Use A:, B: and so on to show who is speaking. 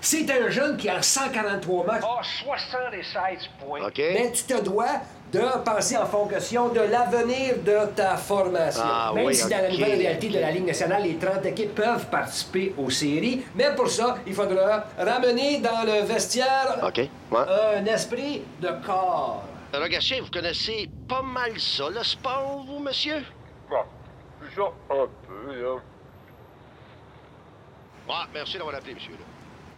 A: C'est un jeune qui a 143 matchs.
B: Ah, 76 points.
C: OK?
A: Mais tu te dois de penser en fonction de l'avenir de ta formation.
C: Ah
A: Même
C: oui,
A: si dans la
C: ok,
A: nouvelle réalité de
C: ok.
A: la Ligue nationale, les 30 équipes peuvent participer aux séries, mais pour ça, il faudra ramener dans le vestiaire
C: OK, ouais.
A: un esprit de corps.
C: Alors, Gachet, Euh, vous connaissez pas mal ça, le sport, vous, monsieur?
D: Bon, genre un peu, là.
C: Ouais, merci d'avoir appelé, monsieur. là.